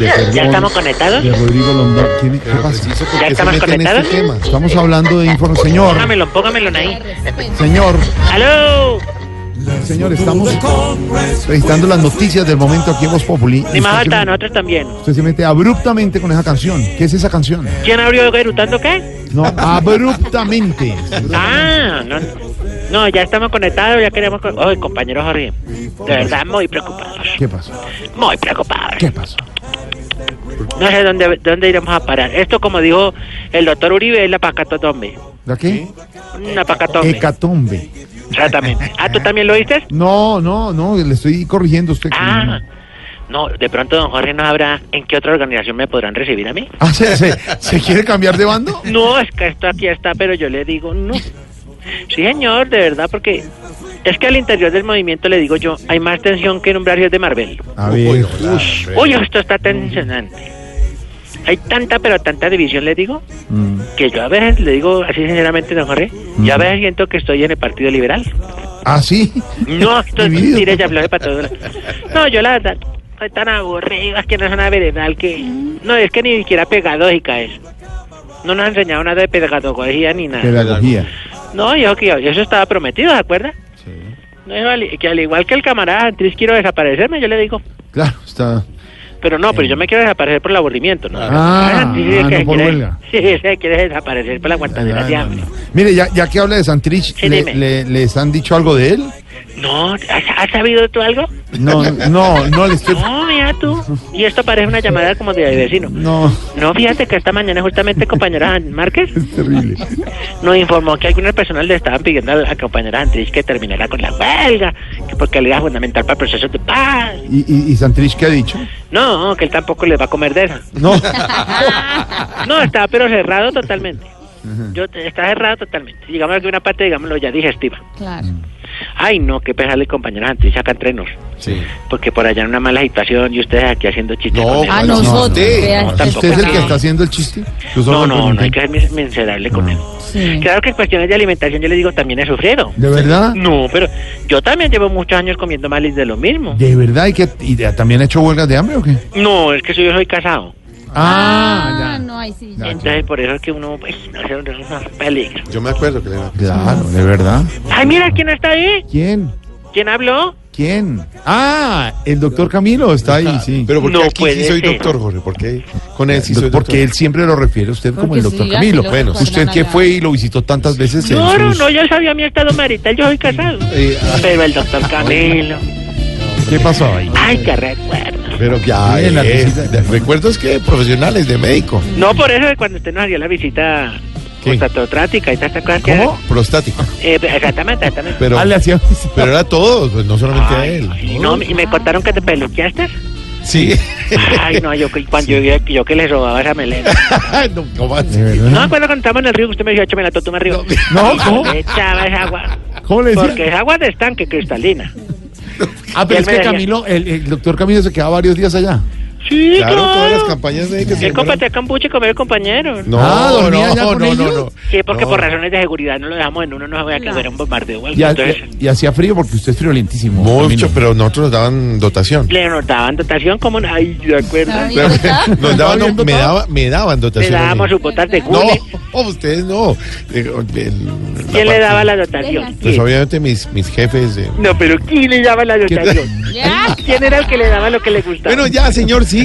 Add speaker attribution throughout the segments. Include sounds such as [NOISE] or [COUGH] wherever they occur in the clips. Speaker 1: de Fergón,
Speaker 2: ¿Ya estamos conectados?
Speaker 1: de Rodrigo Lombardo. ¿Quién- ¿Qué pasa?
Speaker 2: ¿Ya estamos conectados?
Speaker 1: este tema? Estamos hablando de informe. Señor,
Speaker 2: Póngamelo, póngamelo ahí.
Speaker 1: señor,
Speaker 2: ¡Aló!
Speaker 1: señor, estamos registrando las noticias del momento aquí en Voz Populi.
Speaker 2: Ni más
Speaker 1: Usted se-
Speaker 2: falta, nosotros también.
Speaker 1: Usted se mete abruptamente con esa canción. ¿Qué es esa canción?
Speaker 2: ¿Quién abrió Gerutando qué?
Speaker 1: No, abruptamente.
Speaker 2: Ah, no. No, ya estamos conectados, ya queremos... Con... Ay, compañero Jorge, de verdad muy preocupados,
Speaker 1: ¿Qué pasó?
Speaker 2: muy preocupados.
Speaker 1: ¿Qué pasó?
Speaker 2: No sé dónde, dónde iremos a parar. Esto, como dijo el doctor Uribe, es la pacatombe.
Speaker 1: ¿La qué?
Speaker 2: Una pacatombe,
Speaker 1: Hecatombe.
Speaker 2: exactamente. Ah, ¿tú también lo oíste?
Speaker 1: No, no, no, le estoy corrigiendo a usted.
Speaker 2: Ah, no, de pronto don Jorge no sabrá en qué otra organización me podrán recibir a mí.
Speaker 1: Ah, ¿se, se, se quiere cambiar de bando?
Speaker 2: No, es que esto aquí está, pero yo le digo no. Sí, señor, de verdad, porque es que al interior del movimiento, le digo yo, hay más tensión que en un barrio de Marvel.
Speaker 1: A ver, ush.
Speaker 2: Uy, esto está tensionante. Hay tanta, pero tanta división, le digo,
Speaker 1: Mm.
Speaker 2: que yo a veces, le digo así sinceramente, don Jorge, yo a veces siento que estoy en el Partido Liberal.
Speaker 1: ¿Ah, sí? [LAUGHS]
Speaker 2: No, esto es
Speaker 1: Dividido.
Speaker 2: mentira, ya hablé para todo. No, yo la verdad, soy tan aburrido, es que no es una veredal que... No, es que ni siquiera pedagógica es. No nos ha enseñado nada de pedagogía ni nada.
Speaker 1: Pedagogía.
Speaker 2: No, yo que eso estaba prometido, ¿de acuerdo? No, yo al- que al igual que el camarada Antriz quiero desaparecerme, yo le digo.
Speaker 1: Claro, está.
Speaker 2: Pero no, pero yo me quiero desaparecer por el aburrimiento, ¿no?
Speaker 1: Ah,
Speaker 2: Antriz dice
Speaker 1: ah,
Speaker 2: que
Speaker 1: no por
Speaker 2: quiere-
Speaker 1: huelga.
Speaker 2: [LAUGHS] Sí, se quiere desaparecer por la
Speaker 1: Ah,
Speaker 2: guantadera
Speaker 1: no,
Speaker 2: de hambre.
Speaker 1: no. Mire, ya, ya que habla de Santrich,
Speaker 2: Sí,
Speaker 1: le,
Speaker 2: dime.
Speaker 1: le- ¿les han dicho algo de él?
Speaker 2: No, ¿has, has sabido tú algo?
Speaker 1: No, no, no le estoy.
Speaker 2: No, mira tú. Y esto parece una llamada como de vecino.
Speaker 1: No,
Speaker 2: No, fíjate que esta mañana justamente compañera Márquez
Speaker 1: es terrible.
Speaker 2: nos informó que algunas personas le estaban pidiendo a la compañera Antriz que terminara con la huelga, que porque le era fundamental para el proceso de paz.
Speaker 1: ¿Y, y, y Santrich qué ha dicho?
Speaker 2: No, que él tampoco le va a comer de esa.
Speaker 3: [LAUGHS]
Speaker 1: No.
Speaker 2: No, está pero cerrado totalmente. Yo está cerrado totalmente. Digamos que una parte, digámoslo, ya digestiva.
Speaker 3: Claro.
Speaker 2: Ay, no, qué pesarle, compañeros, antes saca trenos.
Speaker 4: Sí.
Speaker 2: Porque por allá en una mala situación y ustedes aquí haciendo chistes.
Speaker 4: No,
Speaker 2: con él.
Speaker 3: A
Speaker 4: no,
Speaker 3: nosotros.
Speaker 4: sí.
Speaker 3: vea,
Speaker 4: No,
Speaker 3: este
Speaker 1: ¿Usted es el que
Speaker 3: pecado.
Speaker 1: está haciendo el chiste? Yo
Speaker 2: no,
Speaker 1: solo
Speaker 2: no, no,
Speaker 1: pregunté.
Speaker 2: hay que ser mis- miserable con él.
Speaker 3: Sí.
Speaker 2: Claro que en cuestiones de alimentación, yo le digo, también he sufrido.
Speaker 1: ¿De verdad?
Speaker 2: No, pero yo también llevo muchos años comiendo mal y de lo mismo.
Speaker 1: ¿De verdad? ¿Y, que, y de- también ha hecho huelgas de hambre o qué?
Speaker 2: No, es que yo soy casado.
Speaker 3: Ah, no, ahí sí. ya.
Speaker 1: Ya,
Speaker 2: Entonces, por eso es que uno, pues, no sé, uno es un peligro.
Speaker 4: Yo me acuerdo que le iba a-
Speaker 1: Claro, de verdad.
Speaker 2: Ay, mira quién está ahí.
Speaker 1: ¿Quién?
Speaker 2: ¿Quién habló?
Speaker 1: ¿Quién? Ah, el doctor Camilo está ahí, sí.
Speaker 4: Pero porque
Speaker 2: No
Speaker 4: aquí sí
Speaker 2: puede
Speaker 4: soy
Speaker 2: ser.
Speaker 4: doctor, Jorge, porque con él sí soy
Speaker 1: porque
Speaker 4: doctor.
Speaker 1: él siempre lo refiere a usted como
Speaker 3: Porque
Speaker 1: el
Speaker 3: sí,
Speaker 1: doctor
Speaker 3: así
Speaker 1: Camilo.
Speaker 3: lo
Speaker 1: Bueno,
Speaker 3: recuerdan
Speaker 1: usted que
Speaker 3: allá.
Speaker 1: fue y lo visitó tantas veces. en
Speaker 2: No, no,
Speaker 1: sus-
Speaker 2: no, yo sabía mi estado marital, yo soy casado.
Speaker 4: Eh, ah.
Speaker 2: Pero el doctor Camilo.
Speaker 1: ¿Qué pasó ahí?
Speaker 2: Ay, qué recuerdo.
Speaker 4: Pero que ay,
Speaker 1: Bien, la
Speaker 4: eh,
Speaker 1: visita.
Speaker 4: de- recuerdos que profesionales de médico.
Speaker 2: No, por eso de cuando usted nos dio la visita
Speaker 4: ¿Qué?
Speaker 2: prostatotrática y todas estas cosas. que-
Speaker 1: ¿Cómo?
Speaker 4: Prostático.
Speaker 2: Eh, exactamente, exactamente.
Speaker 4: Pero,
Speaker 1: Ah, le hacía
Speaker 4: pero era a todos, pues no solamente a
Speaker 2: Ay,
Speaker 4: él.
Speaker 2: ay, no, y me contaron que te peluqueaste.
Speaker 4: Sí.
Speaker 2: Ay, no, yo que- cuando yo, yo que le robaba esa melena.
Speaker 4: [LAUGHS] no, ¿cómo así?
Speaker 1: ¿De
Speaker 2: No,
Speaker 1: verdad?
Speaker 2: cuando contamos en el río, usted me dijo, échame la totuma arriba.
Speaker 4: [LAUGHS]
Speaker 1: No, ¿cómo?
Speaker 2: Le Echaba esa agua.
Speaker 1: ¿Cómo le decía?
Speaker 2: Porque es agua de estanque cristalina.
Speaker 1: Ah, pero
Speaker 2: él
Speaker 1: es
Speaker 2: me
Speaker 1: que
Speaker 2: decía-
Speaker 1: Camilo, el, el doctor Camilo se quedaba varios días allá.
Speaker 2: Sí,
Speaker 4: Claro, todas las campañas médicas.
Speaker 2: Él compartía cambuche con el compañero.
Speaker 4: No,
Speaker 1: Ah,
Speaker 4: no,
Speaker 1: ¿dormía allá
Speaker 4: no,
Speaker 1: con
Speaker 4: no,
Speaker 1: ellos?
Speaker 4: no.
Speaker 2: Sí, porque
Speaker 4: No.
Speaker 2: por razones de seguridad no lo dejamos en uno, no voy a que fuera un bombardeo. o algo,
Speaker 1: Y, ha-
Speaker 2: entonces,
Speaker 1: y hacía frío porque usted es friolentísimo.
Speaker 4: Mucho,
Speaker 1: Camilo.
Speaker 4: pero nosotros nos daban dotación.
Speaker 2: le notaban dotación como una. Ay, ¿de acuerdo?
Speaker 3: Ay,
Speaker 4: Pero
Speaker 3: ¿verdad?
Speaker 4: nos daban,
Speaker 1: ¿Está bien
Speaker 4: me,
Speaker 1: dotado?
Speaker 4: daba, me daban
Speaker 2: Le
Speaker 4: dotación. a mí.
Speaker 2: dábamos sus botas de
Speaker 4: [LAUGHS] No,
Speaker 2: cule.
Speaker 4: ustedes no. Eh, el- la
Speaker 2: ¿Quién le
Speaker 4: parte-
Speaker 2: daba la dotación?
Speaker 4: Pues
Speaker 2: ¿Quién?
Speaker 4: obviamente mis, mis jefes. eh,
Speaker 2: No, pero ¿quién le daba la dotación? ¿Ah?
Speaker 3: Ya.
Speaker 2: ¿Quién era el que le daba lo que le gustaba?
Speaker 4: Bueno, ya, señor, siga.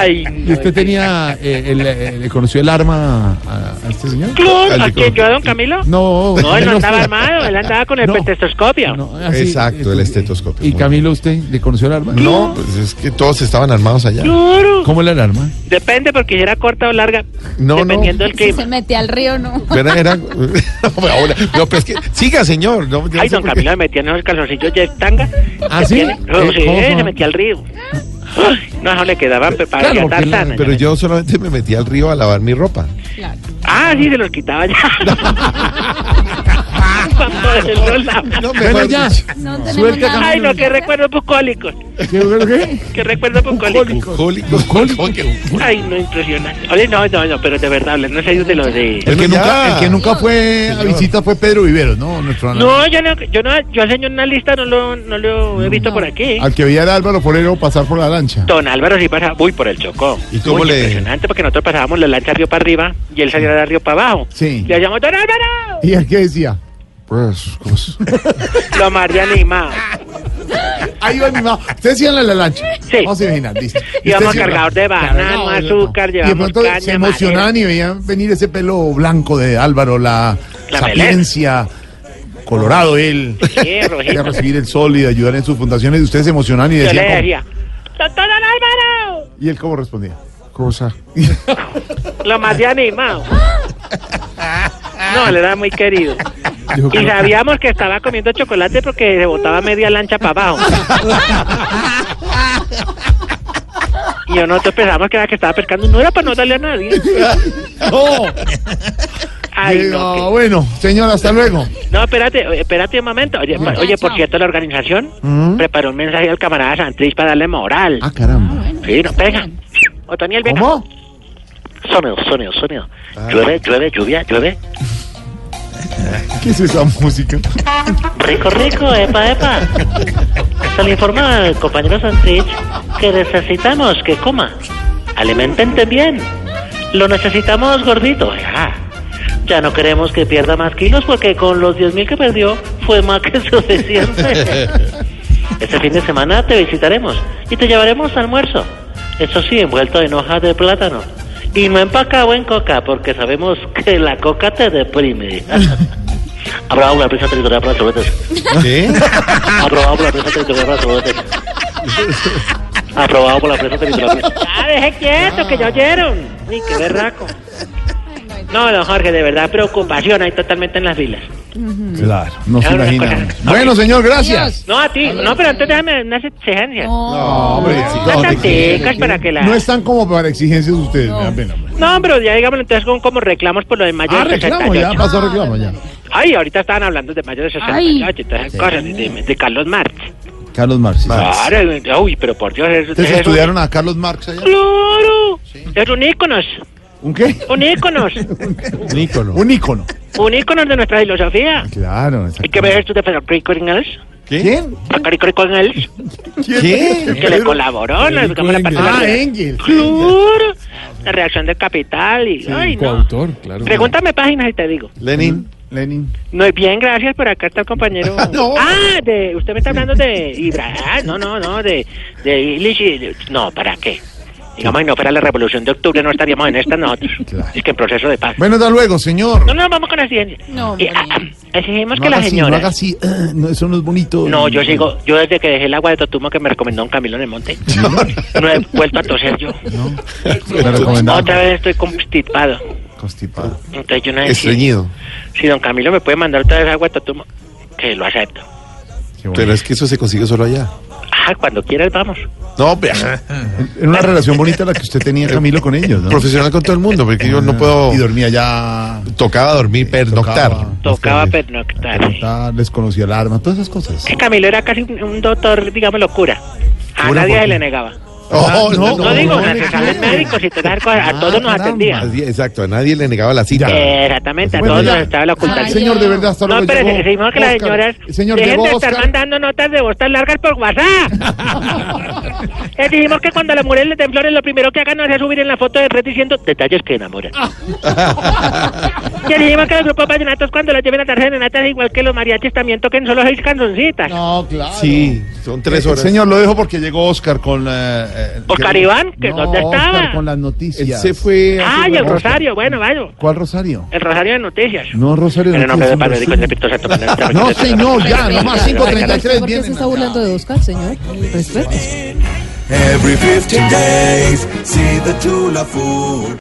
Speaker 2: Ay,
Speaker 1: ¿Y
Speaker 2: no,
Speaker 1: usted tenía, eh, el- eh, le conoció el arma a, a este señor?
Speaker 2: ¿Claro? ¿A
Speaker 4: Al
Speaker 2: quién?
Speaker 4: de-
Speaker 2: ¿Yo a don Camilo?
Speaker 1: No,
Speaker 2: No, él no andaba
Speaker 4: [LAUGHS]
Speaker 1: fue.
Speaker 2: armado, él andaba con el
Speaker 1: No.
Speaker 2: petestoscopio.
Speaker 1: No, así,
Speaker 4: Exacto,
Speaker 1: eh,
Speaker 4: el
Speaker 1: tú-
Speaker 4: estetoscopio.
Speaker 1: ¿Y
Speaker 4: Muy
Speaker 1: Camilo, usted le conoció el arma?
Speaker 4: No, pues es que todos estaban armados allá.
Speaker 2: Claro.
Speaker 1: ¿Cómo era el arma?
Speaker 2: Depende porque si era corta o larga,
Speaker 4: No, no.
Speaker 2: dependiendo del
Speaker 3: Si se
Speaker 2: clima.
Speaker 3: mete al río, no.
Speaker 4: Pero era. [LAUGHS] No, ahora- no, pero es que. Siga, señor. No, ya
Speaker 2: Ay,
Speaker 4: sé
Speaker 2: don
Speaker 4: por qué.
Speaker 2: Camilo me metía en esos calzoncillos de tanga.
Speaker 1: ¿Ah, sí?
Speaker 2: No,
Speaker 1: Eh,
Speaker 2: sí,
Speaker 1: ¿cómo fue?
Speaker 2: se metía al río. Ay, no, no le quedaban preparados
Speaker 4: Claro, porque-
Speaker 2: tartana.
Speaker 4: pero yo solamente me metí al río a lavar mi ropa.
Speaker 3: Claro.
Speaker 2: Ah, sí, se los quitaba
Speaker 4: [LAUGHS]
Speaker 2: ya. Cuando se los lava.
Speaker 1: [LAUGHS]
Speaker 4: No,
Speaker 1: Bueno,
Speaker 4: mejor
Speaker 1: ya.
Speaker 4: dicho.
Speaker 3: No tenemos
Speaker 1: Suelta,
Speaker 3: nada.
Speaker 2: Ay, no, qué recuerdos bucólicos.
Speaker 1: ¿Qué, qué?
Speaker 2: Qué recuerdos bucólicos.
Speaker 4: Bucólico.
Speaker 2: Ay, no, impresionante. Oye, no, no, no, pero de verdad, no sé yo de los de...
Speaker 1: El que,
Speaker 4: Ya.
Speaker 1: nunca, el que nunca fue a visita fue Pedro Viveros, ¿no? Nuestro
Speaker 2: No, yo no, yo no, yo al señor en una lista no lo, no lo he visto por aquí.
Speaker 1: Al que veía era Álvaro Forero pasar por la lancha.
Speaker 2: Don Álvaro sí pasaba, uy, por el Chocó.
Speaker 4: ¿Y cómo
Speaker 2: Uy,
Speaker 4: le-
Speaker 2: Impresionante, porque nosotros pasábamos la lancha río para arriba y él salía de río para abajo.
Speaker 1: Sí.
Speaker 2: Le llamamos, Don
Speaker 4: [LAUGHS]
Speaker 2: Álvaro.
Speaker 1: ¿Y el que decía?
Speaker 4: Pues, pues,
Speaker 2: Lo más de animado.
Speaker 1: Ahí va mi mamá. Usted sí en la lancha.
Speaker 2: Sí.
Speaker 1: Vamos a imaginar,
Speaker 2: [LAUGHS]
Speaker 1: listo.
Speaker 2: Íbamos
Speaker 1: Usted sí-
Speaker 2: cargados de banano,
Speaker 1: Cargado de-
Speaker 2: azúcar,
Speaker 1: Y de
Speaker 2: llevamos
Speaker 1: pronto
Speaker 2: caña,
Speaker 1: se emocionaban y veían venir ese pelo blanco de Álvaro, la,
Speaker 2: La
Speaker 1: sapiencia, colorado
Speaker 2: [LAUGHS]
Speaker 1: él,
Speaker 2: Sí,
Speaker 1: de [LAUGHS]
Speaker 2: rojito.
Speaker 1: recibir el sol y de ayudar en sus fundaciones. Y ustedes se emocionaban y
Speaker 2: Yo
Speaker 1: decían...
Speaker 2: le
Speaker 1: como-
Speaker 2: decía, Doctor Don Álvaro.
Speaker 1: ¿Y él cómo respondía?
Speaker 2: [LAUGHS]
Speaker 4: cosa.
Speaker 2: Lo
Speaker 1: Ah.
Speaker 2: más
Speaker 1: [LAUGHS]
Speaker 2: de animado. No, le era muy querido. Y sabíamos que estaba comiendo chocolate porque se botaba media lancha para abajo. Y nosotros pensábamos que era que estaba pescando. No era para no darle a nadie.
Speaker 1: ¡No!
Speaker 2: Ay, no.
Speaker 1: Ah,
Speaker 2: que-
Speaker 1: Bueno, señor, hasta luego.
Speaker 2: No, espérate, oye, espérate un momento. Oye,
Speaker 1: Mm.
Speaker 2: pa- oye, por cierto, la organización preparó un mensaje al camarada Santrich para darle moral.
Speaker 1: Ah, caramba.
Speaker 2: Sí, no pega. Otoniel, venga.
Speaker 1: ¿Cómo?
Speaker 2: Sonido, sonido, sonido. Llueve, llueve, lluvia, llueve.
Speaker 1: ¿Qué es esa música?
Speaker 2: Rico, rico, epa, epa. Se le informa al compañero Santrich que necesitamos que coma. Alimentente bien. Lo necesitamos gordito. Ya. Ya no queremos que pierda más kilos porque con los 10.000 que perdió fue más que [LAUGHS] suficiente. Este fin de semana te visitaremos y te llevaremos almuerzo. Eso sí, envuelto en hojas de plátano. Y no empacado en coca porque sabemos que la coca te deprime. [LAUGHS] Aprobado por la prensa territorial para los
Speaker 4: ¿Qué?
Speaker 2: Aprobado por la prensa territorial para saludantes. Aprobado por la prensa territorial. Ya, deje quieto, que ya oyeron. Ni qué berraco. No, don Jorge, de verdad, preocupación hay totalmente en las filas.
Speaker 1: Claro, no se
Speaker 2: Claro, una
Speaker 1: imaginamos.
Speaker 2: cosa.
Speaker 1: Bueno, señor, gracias.
Speaker 3: Adiós.
Speaker 2: No, a ti, no, pero antes déjame unas exigencias.
Speaker 3: No.
Speaker 1: hombre,
Speaker 2: Unas tanticas para que la...
Speaker 1: No están como para exigencias de ustedes, me da pena. hombre.
Speaker 2: No, pero ya digámoslo entonces con como reclamos por lo de mayo
Speaker 1: Ah,
Speaker 2: de
Speaker 1: reclamo, ya
Speaker 2: 68.
Speaker 1: pasó reclamo, ya.
Speaker 2: Ay, ahorita estaban hablando de mayo de 68 y todas esas
Speaker 1: Sí.
Speaker 2: cosas de, de- de Carlos Marx.
Speaker 1: Carlos Marx. Ah, sí.
Speaker 2: Claro, uy, pero por Dios, es,
Speaker 1: ¿Ustedes
Speaker 2: es
Speaker 1: estudiaron a Carlos Marx allá?
Speaker 2: un... Claro, es un íconos,
Speaker 1: ¿Un qué? [LAUGHS]
Speaker 2: un íconos,
Speaker 4: Nícolo.
Speaker 1: Un ícono.
Speaker 2: un íconos de nuestra filosofía.
Speaker 1: Claro,
Speaker 2: Hay que ver esto de Federico Engels,
Speaker 1: ¿Quién?
Speaker 2: Federico Engels,
Speaker 1: ¿Quién?
Speaker 2: que le colaboró en la Cámara
Speaker 1: Ah,
Speaker 2: Particular.
Speaker 1: Engel.
Speaker 2: Claro, la reacción del capital y... ay, no.
Speaker 5: coautor, claro.
Speaker 2: Pregúntame páginas y te digo.
Speaker 4: Lenin.
Speaker 1: Lenin.
Speaker 2: No, bien, gracias, por acá está el compañero.
Speaker 1: [LAUGHS] No.
Speaker 2: Ah, de, usted me está hablando de Ibra, ah, no, no, no, de, de Illich y de- No, ¿para qué? Digamos, si no fuera la revolución de octubre, no estaríamos en esta nosotros.
Speaker 1: [LAUGHS] Claro.
Speaker 2: Es que en proceso de paz.
Speaker 1: Bueno, hasta luego, señor.
Speaker 2: No, no, vamos con la siguiente.
Speaker 3: No,
Speaker 2: Eh, ah,
Speaker 3: hombre.
Speaker 2: ah, exigimos
Speaker 1: No
Speaker 2: que la
Speaker 1: haga así, no
Speaker 2: señora...
Speaker 1: haga así. Ah, no, eso no es bonito.
Speaker 2: No, yo sigo, yo desde que dejé el agua de Totumo que me recomendó un Camilo en
Speaker 1: [LAUGHS]
Speaker 2: el monte, no he vuelto a toser yo.
Speaker 1: Me recomendaba
Speaker 2: Otra vez estoy constipado.
Speaker 1: constipado.
Speaker 2: Entonces yo no sé si,
Speaker 4: Estreñido.
Speaker 2: si don Camilo me puede mandar otra vez agua de Totumo, que lo acepto.
Speaker 1: Qué bueno.
Speaker 4: Pero es que eso se consigue solo allá.
Speaker 2: Ah, cuando quieras vamos.
Speaker 4: No, pero- [LAUGHS]
Speaker 1: Era una relación bonita la que usted tenía, Camilo, con ellos, Ah, ¿no? Ah,
Speaker 4: profesional con todo el mundo, porque yo no puedo.
Speaker 1: Y dormía ya...
Speaker 4: Tocaba dormir, pernoctar.
Speaker 1: tocaba.
Speaker 2: Tocaba
Speaker 1: Ustedes.
Speaker 2: pernoctar.
Speaker 1: Ah, desconocía el arma, todas esas cosas.
Speaker 2: Ese Camilo era casi un, un doctor, digamos, locura. A
Speaker 1: ¿Cura
Speaker 2: nadie
Speaker 1: por
Speaker 2: se
Speaker 1: qué?
Speaker 2: le negaba.
Speaker 4: Oh,
Speaker 1: Ah, No,
Speaker 4: no,
Speaker 2: No,
Speaker 1: no, no
Speaker 2: digo,
Speaker 1: le
Speaker 2: gracias a los
Speaker 1: creo.
Speaker 2: médicos y todas esas cosas, a
Speaker 1: Ah,
Speaker 2: todos nos
Speaker 1: caramba.
Speaker 2: atendía.
Speaker 4: Así- Exacto, a nadie le negaba la cita.
Speaker 2: Eh, Exactamente, a
Speaker 1: Ah. Bueno,
Speaker 2: todos
Speaker 1: ya.
Speaker 2: nos estaba la
Speaker 3: Ay,
Speaker 2: ocultación.
Speaker 1: Señor, de verdad, hasta
Speaker 2: No,
Speaker 1: luego.
Speaker 2: pero
Speaker 1: llegó
Speaker 2: decimos que las
Speaker 1: Oscar.
Speaker 2: señoras
Speaker 1: El Señor,
Speaker 2: dejen
Speaker 1: llegó
Speaker 2: de estar
Speaker 1: Oscar.
Speaker 2: mandando notas de voz tan largas por WhatsApp. Decimos que cuando las mujeres le den flores, lo primero que hagan es subir en la foto de red diciendo detalles que enamoran.
Speaker 1: Ah.
Speaker 2: Y decimos que los grupos vallenatos cuando las lleven a tarjeta de natas, igual que los mariachis, también toquen solo seis canzoncitas.
Speaker 1: [LAUGHS] No, claro. Eh,
Speaker 4: Sí, son tres horas.
Speaker 1: Señor, lo dejo porque llegó Oscar con... eh, eh,
Speaker 2: Oscar
Speaker 1: que-
Speaker 2: Iván, que ¿dónde
Speaker 1: Oscar
Speaker 2: estaba?
Speaker 1: con las noticias.
Speaker 4: Él se fue. a su
Speaker 2: Ay, el
Speaker 4: barroca.
Speaker 2: Rosario, bueno, vaya.
Speaker 1: ¿Cuál Rosario?
Speaker 2: El Rosario de Noticias.
Speaker 1: No, Rosario.
Speaker 2: Pero no,
Speaker 1: tiene
Speaker 2: pero
Speaker 1: nombre
Speaker 2: para el
Speaker 1: así.
Speaker 2: de Pito Santo, para el-
Speaker 1: No, señor, ya, nomás
Speaker 6: ¿Por
Speaker 1: 5.33
Speaker 6: qué se
Speaker 1: vienen.
Speaker 6: está burlando de Oscar, señor? Respete.
Speaker 7: Every 15 days, see the Tula Food.